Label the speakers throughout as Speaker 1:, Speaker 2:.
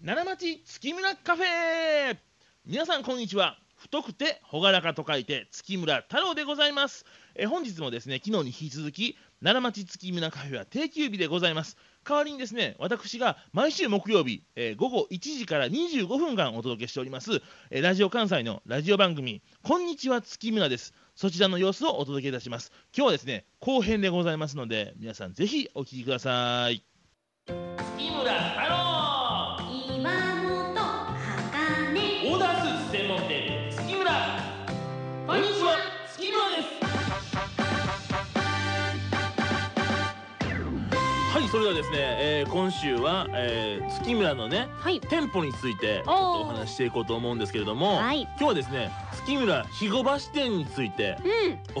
Speaker 1: 奈良町月村カフェ皆さんこんにちは太くて朗らかと書いて月村太郎でございますえー本日もですね昨日に引き続き奈良町月村カフェは定休日でございます代わりにですね私が毎週木曜日、えー午後1時から25分間お届けしております、えーラジオ関西のラジオ番組「こんにちは月村」ですそちらの様子をお届けいたします今日はですね後編でございますので皆さんぜひお聞きください月村太郎
Speaker 2: 岩本茜
Speaker 1: オーダースーツ専門店月村こんにちは月村ですはいそれではですね、えー今週は、えー月村のね
Speaker 2: はい
Speaker 1: 店舗についてちょっとお話ししていこうと思うんですけれども、
Speaker 2: はい
Speaker 1: 今日はですね月村肥後橋店について
Speaker 2: う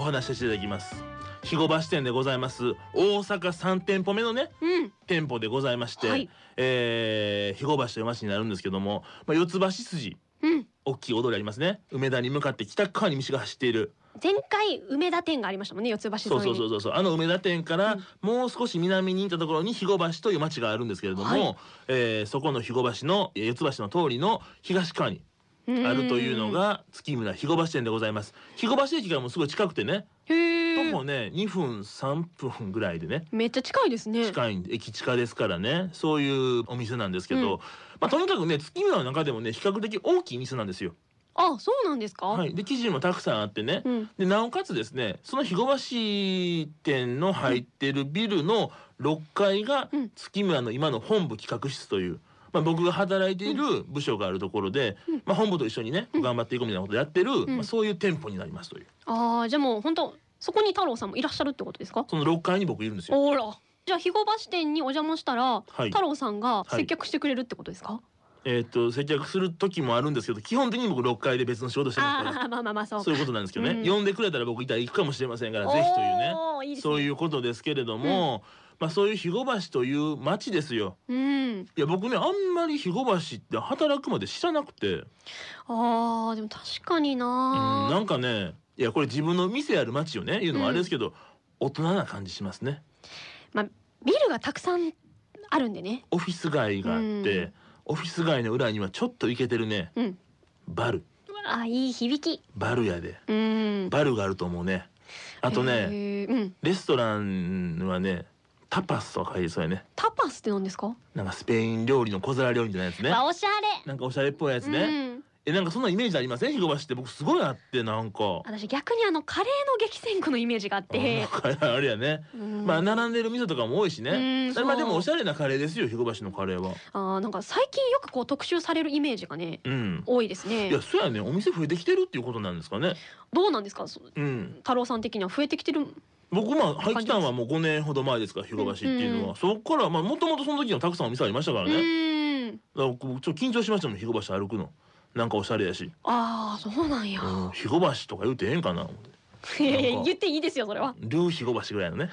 Speaker 1: お話しさせていただきます肥後橋店でございます大阪三店舗目のね
Speaker 2: んうん
Speaker 1: 店舗でございまして、
Speaker 2: はい
Speaker 1: えー肥後橋という町になるんですけども、まあ、四つ橋筋
Speaker 2: うん
Speaker 1: 大きい大通りありますね梅田に向かって北側に西が走っている
Speaker 2: 前回梅田店がありましたもんね四つ橋沿いに
Speaker 1: そうそうそうそうそうあの梅田店からもう少し南に行ったところに肥後橋という町があるんですけれども、
Speaker 2: はい
Speaker 1: えーそこの肥後橋のえー四つ橋の通りの東側に
Speaker 2: うん
Speaker 1: あるというのが月村肥後橋店でございます肥後橋駅からもすごい近くてね
Speaker 2: へ
Speaker 1: 徒
Speaker 2: ー
Speaker 1: 歩ね2分3分ぐらいでね
Speaker 2: めっちゃ近いですね
Speaker 1: 近いんで駅近ですからねそういうお店なんですけど、
Speaker 2: うん
Speaker 1: まあ、とにかくね月村の中でもね比較的大きい店なんですよ。
Speaker 2: あそうなんですか、
Speaker 1: はい、で記事もたくさんあってね、
Speaker 2: うん
Speaker 1: でなおかつですねその肥後橋店の入ってるビルの6階が
Speaker 2: うん
Speaker 1: 月村の今の本部企画室という、まあ、僕が働いている部署があるところで、
Speaker 2: うん
Speaker 1: まあ、本部と一緒にね頑張っていこうみたいなことをやってる、
Speaker 2: ん
Speaker 1: まあ、そういう店舗になりますという
Speaker 2: ああじゃあもう本当そこに太郎さんもいらっしゃるってことですか
Speaker 1: その6階に僕いるんですよ。
Speaker 2: おらじゃあ肥後橋店にお邪魔したら、
Speaker 1: はい
Speaker 2: 太郎さんが
Speaker 1: い
Speaker 2: 接客してくれるってことですか、
Speaker 1: えーっと接客する時もあるんですけど基本的に僕6階で別の仕事してますから
Speaker 2: ああまあまあまあそう
Speaker 1: そういうことなんですけどね、
Speaker 2: うん
Speaker 1: 呼んでくれたら僕いたら行くかもしれませんからぜひというね。
Speaker 2: おーいいですね
Speaker 1: そういうことですけれども、まあそういう肥後橋という町ですよ。
Speaker 2: うん
Speaker 1: いや僕ねあんまり肥後橋って働くまで知らなくて、
Speaker 2: あーでも確かに
Speaker 1: うん
Speaker 2: な、
Speaker 1: なんかねいやこれ自分の店ある町をね言うのもあれですけど、大人な感じしますね。
Speaker 2: まあビルがたくさんあるんでね
Speaker 1: オフィス街があって、
Speaker 2: うん
Speaker 1: オフィス街の裏にはちょっとイケてるね
Speaker 2: うん
Speaker 1: バル
Speaker 2: あいい響き
Speaker 1: バルやで
Speaker 2: うん
Speaker 1: バルがあると思うね。あと
Speaker 2: へ
Speaker 1: ね
Speaker 2: ーうん
Speaker 1: レストランはねタパスとか入りそうやね。
Speaker 2: タパスって何ですか
Speaker 1: なんかスペイン料理の小皿料理みたいなやつね。
Speaker 2: わおしゃ
Speaker 1: なんかおしゃれっぽいやつ
Speaker 2: れ
Speaker 1: ね。
Speaker 2: うん
Speaker 1: えなんかそんなイメージありません肥後橋って僕すごいあってなんか
Speaker 2: 私逆にあのカレーの激戦区のイメージがあっ
Speaker 1: な
Speaker 2: て
Speaker 1: ん かあれやね、
Speaker 2: うん
Speaker 1: まあ並んでる店とかも多いし
Speaker 2: う
Speaker 1: ね
Speaker 2: ん、そう
Speaker 1: まあでもおしゃれなカレーですよ肥後橋のカレーは
Speaker 2: あーなんか最近よくこう特集されるイメージがね
Speaker 1: うん
Speaker 2: 多いですね
Speaker 1: いやそうやねお店増えてきてるっていうことなんですかね
Speaker 2: どうなんですかそ
Speaker 1: うん
Speaker 2: 太郎さん的には増えてきてる
Speaker 1: 僕まあ入ったんはもう5年ほど前ですから肥後橋っていうのは、
Speaker 2: うん
Speaker 1: そこからまあもともとその時はたくさんお店ありましたから
Speaker 2: う
Speaker 1: ね、だか
Speaker 2: ーん
Speaker 1: ら僕ちょっと緊張しましたもん肥後橋歩くのなんかおしゃれやし
Speaker 2: あーそうなんや、
Speaker 1: うん肥後橋とか言うてええんかな思って
Speaker 2: へー言っていいですよそれは
Speaker 1: ルー肥後橋ぐらいの ね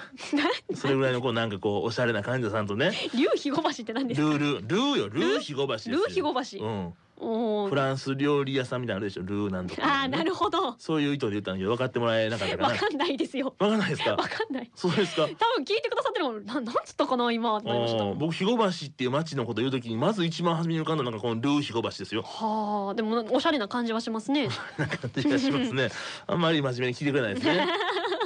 Speaker 1: それぐらいのこうなんかこうおしゃれな患者さんとね
Speaker 2: 竜肥後橋って何ですか
Speaker 1: ルールールーよルー肥後橋ですよ
Speaker 2: ルー肥後橋
Speaker 1: うん
Speaker 2: お
Speaker 1: フ
Speaker 2: ー
Speaker 1: ランス料理屋さんみたいなのあるでしょルーなんとか、
Speaker 2: あーなるほど
Speaker 1: そういう意図で言ったんだけど分かってもらえなかったかな
Speaker 2: わかんないですよ
Speaker 1: 分かんないですか
Speaker 2: わかんない
Speaker 1: そうですか
Speaker 2: 多分聞いてくださってるもんななんつったかな今ってなりました
Speaker 1: おー僕肥後橋っていう町のこと言うときにまず一番初めに浮かんだのがこのルー肥後橋です よ
Speaker 2: はあでもおしゃれな感じはしますね
Speaker 1: なんか気がしますねあんまり真面目に聞いてくれないです ね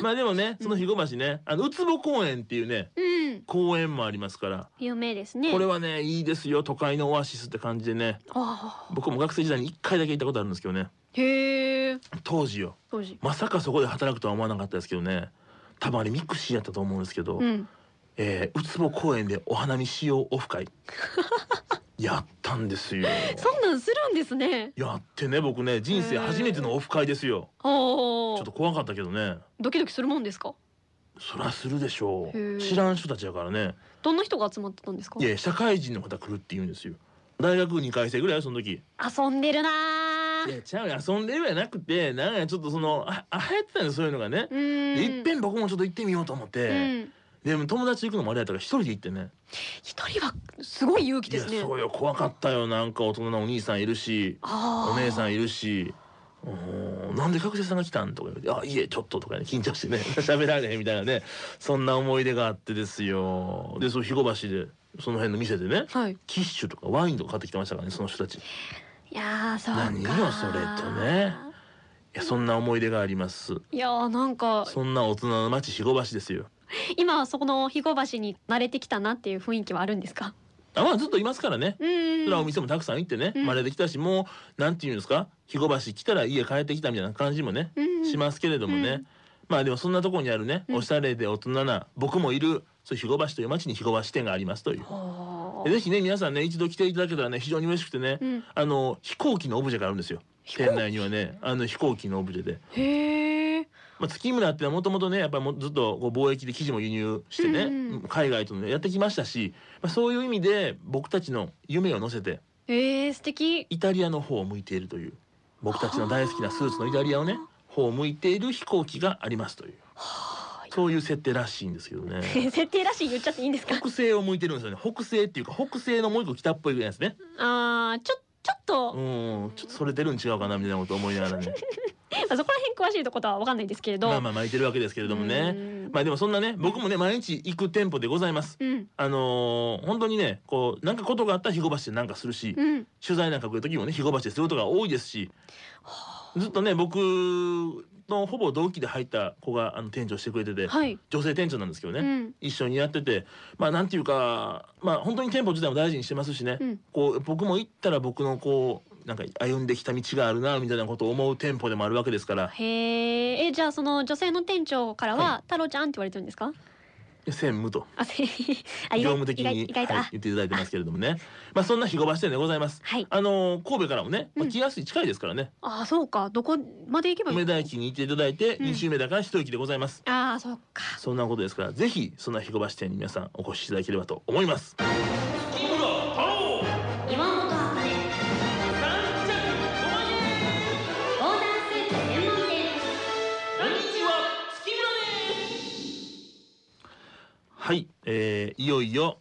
Speaker 1: まあでもねその肥後橋ねあのうつぼ公園っていうね
Speaker 2: うん
Speaker 1: 公園もありますから
Speaker 2: 有名ですね
Speaker 1: これはねいいですよ都会のオアシスって感じでね
Speaker 2: ああ
Speaker 1: 僕も学生時代に1回だけ行ったことあるんですけどね
Speaker 2: へえ
Speaker 1: 当時よ
Speaker 2: 当時
Speaker 1: まさかそこで働くとは思わなかったですけどね多分あれミクシーやったと思うんですけど、
Speaker 2: うん
Speaker 1: えー、うつぼ公園でお花見しようオフ 会やったんですよ
Speaker 2: そんなんするんですね
Speaker 1: やってね僕ね人生初めてのオフ会ですよ
Speaker 2: お
Speaker 1: ちょっと怖かったけどね
Speaker 2: ドキドキするもんですか
Speaker 1: そらするでしょ
Speaker 2: へ
Speaker 1: う
Speaker 2: ー
Speaker 1: 知らん人たちやからね
Speaker 2: どんな人が集まってたんですか
Speaker 1: いや社会人の方来るって言うんですよ大学2回生ぐらいよその時
Speaker 2: 遊んでるないー
Speaker 1: やちゃうよ遊んでるやなくてなんやちょっとそのああ流行ってたんよそういうのがね
Speaker 2: う
Speaker 1: で
Speaker 2: ん
Speaker 1: いっぺん僕もちょっと行ってみようと思って、
Speaker 2: うん
Speaker 1: でも友達行くのもあれやったから一人で行ってね
Speaker 2: 一人はすごい勇気
Speaker 1: い
Speaker 2: で
Speaker 1: や
Speaker 2: すね
Speaker 1: そうよ怖かったよなんか大人のお兄さんいるし
Speaker 2: ああ
Speaker 1: お姉さ
Speaker 2: ん
Speaker 1: んいるし「うんなんで学生さんが来たん?」とか言われて「あいえちょっと」とかね 緊張してね喋られへんみたいなねそんな思い出があってですよでそう肥後橋でその辺の店でね
Speaker 2: はい。
Speaker 1: キッシュとかワインとか買ってきてましたからねその人たちい
Speaker 2: いやーそうか。
Speaker 1: 何よそれってねやそんな思い出があります
Speaker 2: いやーなんか
Speaker 1: そんな大人の町肥後橋ですよ
Speaker 2: 今はそこの肥後橋に慣れてきたなっていう雰囲気はあるんですか。
Speaker 1: あまあずっといますからね
Speaker 2: うんうん
Speaker 1: それはお店もたくさん行ってね
Speaker 2: うん
Speaker 1: まれてきたしもうなんていうんですか肥後橋来たら家帰ってきたみたいな感じもね
Speaker 2: うんうん
Speaker 1: しますけれどもね、
Speaker 2: うん
Speaker 1: まあでもそんなところにあるね、
Speaker 2: うん
Speaker 1: おしゃれで大人な僕もいるそういう肥後橋という町に肥後橋店がありますという
Speaker 2: ほ
Speaker 1: で
Speaker 2: ー
Speaker 1: ぜひね皆さんね一度来ていただけたらね非常に嬉しくてね、
Speaker 2: うん
Speaker 1: あの飛行機のオブジェがあるんですよ
Speaker 2: 飛行機
Speaker 1: 店内にはねあの飛行機のオブジェで、
Speaker 2: へえ。
Speaker 1: まあ、月村ってのはもともとねやっぱりもうずっとこう貿易で生地も輸入してね、
Speaker 2: うんうん
Speaker 1: 海外とのやってきましたし、まあ、そういう意味で僕たちの夢を乗せて
Speaker 2: えー、素敵。
Speaker 1: イタリアの方を向いているという僕たちの大好きなスーツのイタリアをね方を向いている飛行機がありますというそういう設定らしいんですけどね
Speaker 2: 設定らしい言っちゃっていいんですか。
Speaker 1: 北西を向いてるんですよね北西っていうか北西のもう一個北っぽいぐらいですね
Speaker 2: ああちょちょっと、
Speaker 1: う
Speaker 2: ま
Speaker 1: んちょっとそれてるん違うかなみたいなこと思いながらね
Speaker 2: あそこら辺詳しいとことはわかんないですけれど。
Speaker 1: まあまあ巻いてるわけですけれども
Speaker 2: う
Speaker 1: ね
Speaker 2: ん
Speaker 1: まあでもそんなね僕もね毎日行く店舗でございます
Speaker 2: うん
Speaker 1: あのー本当にねこうなんかことがあったら肥後橋でなんかするし、
Speaker 2: うん。
Speaker 1: 取材なんか来る時もね肥後橋ですることが多いですしずっとね僕のほぼ同期で入った子があの店長してくれてて
Speaker 2: はい。
Speaker 1: 女性店長なんですけどね、
Speaker 2: うん
Speaker 1: 一緒にやっててまあなんていうかまあ本当に店舗自体も大事にしてますしね、
Speaker 2: うん
Speaker 1: こう僕も行ったら僕のこうなんか歩んできた道があるなみたいなことを思う店舗でもあるわけですから
Speaker 2: へえ。えじゃあその女性の店長からは、太郎ちゃんって言われてるんですか。
Speaker 1: 専務と
Speaker 2: あせ あ意
Speaker 1: 業務
Speaker 2: 外
Speaker 1: 的
Speaker 2: 意外
Speaker 1: に
Speaker 2: 意外と、
Speaker 1: はい
Speaker 2: あ
Speaker 1: 言っていただいてますけれどもねまあそんな肥後橋店でございます。
Speaker 2: はい。
Speaker 1: あのー神戸からもね、まあ、
Speaker 2: うん
Speaker 1: 来やすい近いですからね、
Speaker 2: あそうかどこまで行けばい
Speaker 1: 梅
Speaker 2: い。
Speaker 1: 田駅に行っていただいて
Speaker 2: うん
Speaker 1: 2周目だから一駅でございます、
Speaker 2: ああそうか。
Speaker 1: そんなことですからぜひそんな彦橋店に皆さんお越しいただければと思います
Speaker 2: 今本あかねオーダースーツ専門店。
Speaker 1: はい、えー、いよいよ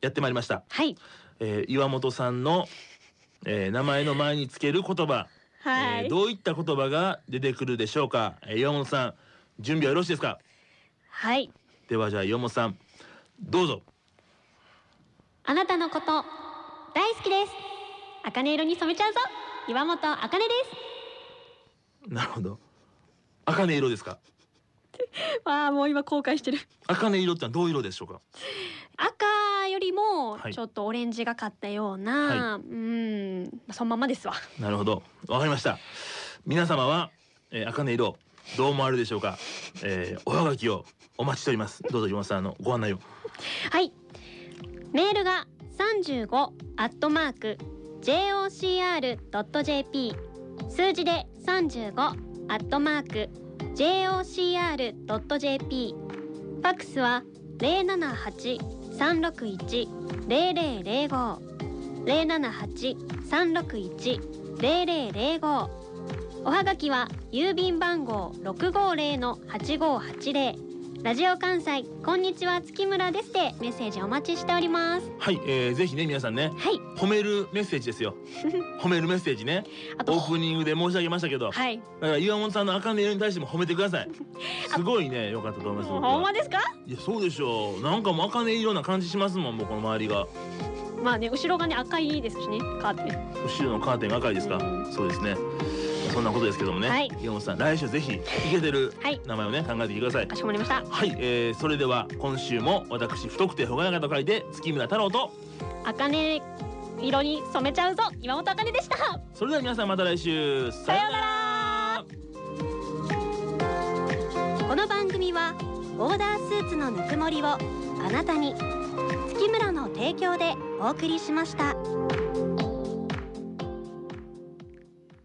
Speaker 1: やってまいりました、
Speaker 2: はい。
Speaker 1: えー、岩本さんの、えー、名前の前につける言葉、
Speaker 2: は
Speaker 1: え
Speaker 2: い。
Speaker 1: ーどういった言葉が出てくるでしょうか、えー、岩本さん準備はよろしいですか
Speaker 2: はい。
Speaker 1: ではじゃあ岩本さんどうぞ
Speaker 2: あなたのこと大好きです。茜色に染めちゃうぞ。岩本茜です。
Speaker 1: なるほど茜色ですか
Speaker 2: わあもう今後悔してる。
Speaker 1: 茜色ってのはどういう色でしょうか
Speaker 2: 赤よりも
Speaker 1: はい
Speaker 2: ちょっとオレンジがかったような、
Speaker 1: は
Speaker 2: うんそのままですわ。
Speaker 1: なるほど、わかりました。皆様は、えー、茜色どう思われるでしょうか。えー、おはがきをお待ちしております。どうぞ岩本さんあのご案内を。
Speaker 2: はい。メールが三十五アットマーク j o c r ドット j p 数字で三十五アットマーク j o c r ドット j p ファックスは零七八三六一零零零五零七八三六一零零零五おはがきは郵便番号六五零の八五八零ラジオ関西こんにちは月村ですでメッセージお待ちしております
Speaker 1: はい、えー、ぜひね皆さんね
Speaker 2: はい
Speaker 1: 褒めるメッセージです よ。褒めるメッセージね。
Speaker 2: あと
Speaker 1: オープニングで申し上げましたけど、
Speaker 2: はい
Speaker 1: だから岩本さんの茜色に対しても褒めてください。すごいね良かったと思います。僕
Speaker 2: ほん
Speaker 1: は
Speaker 2: まですか
Speaker 1: いやそうでしょう。なんかもう茜色な感じしますもん僕の周りが。
Speaker 2: まあね後ろがね赤いですしねカーテン
Speaker 1: 後ろのカーテンが赤いですか
Speaker 2: う。
Speaker 1: そうですね。そんなことですけどもね。
Speaker 2: はい
Speaker 1: 岩本さん来週ぜひイケてる
Speaker 2: はい
Speaker 1: 名前をね考えてきてください
Speaker 2: か。しこまりました
Speaker 1: はい、えー、それでは今週も私太くてほがらかと書いて月村太郎と
Speaker 2: 赤ね色に染めちゃうぞ岩本茜でした
Speaker 1: それでは皆さんまた来週さようなら
Speaker 2: この番組はオーダースーツのぬくもりをあなたに月村の提供でお送りしました。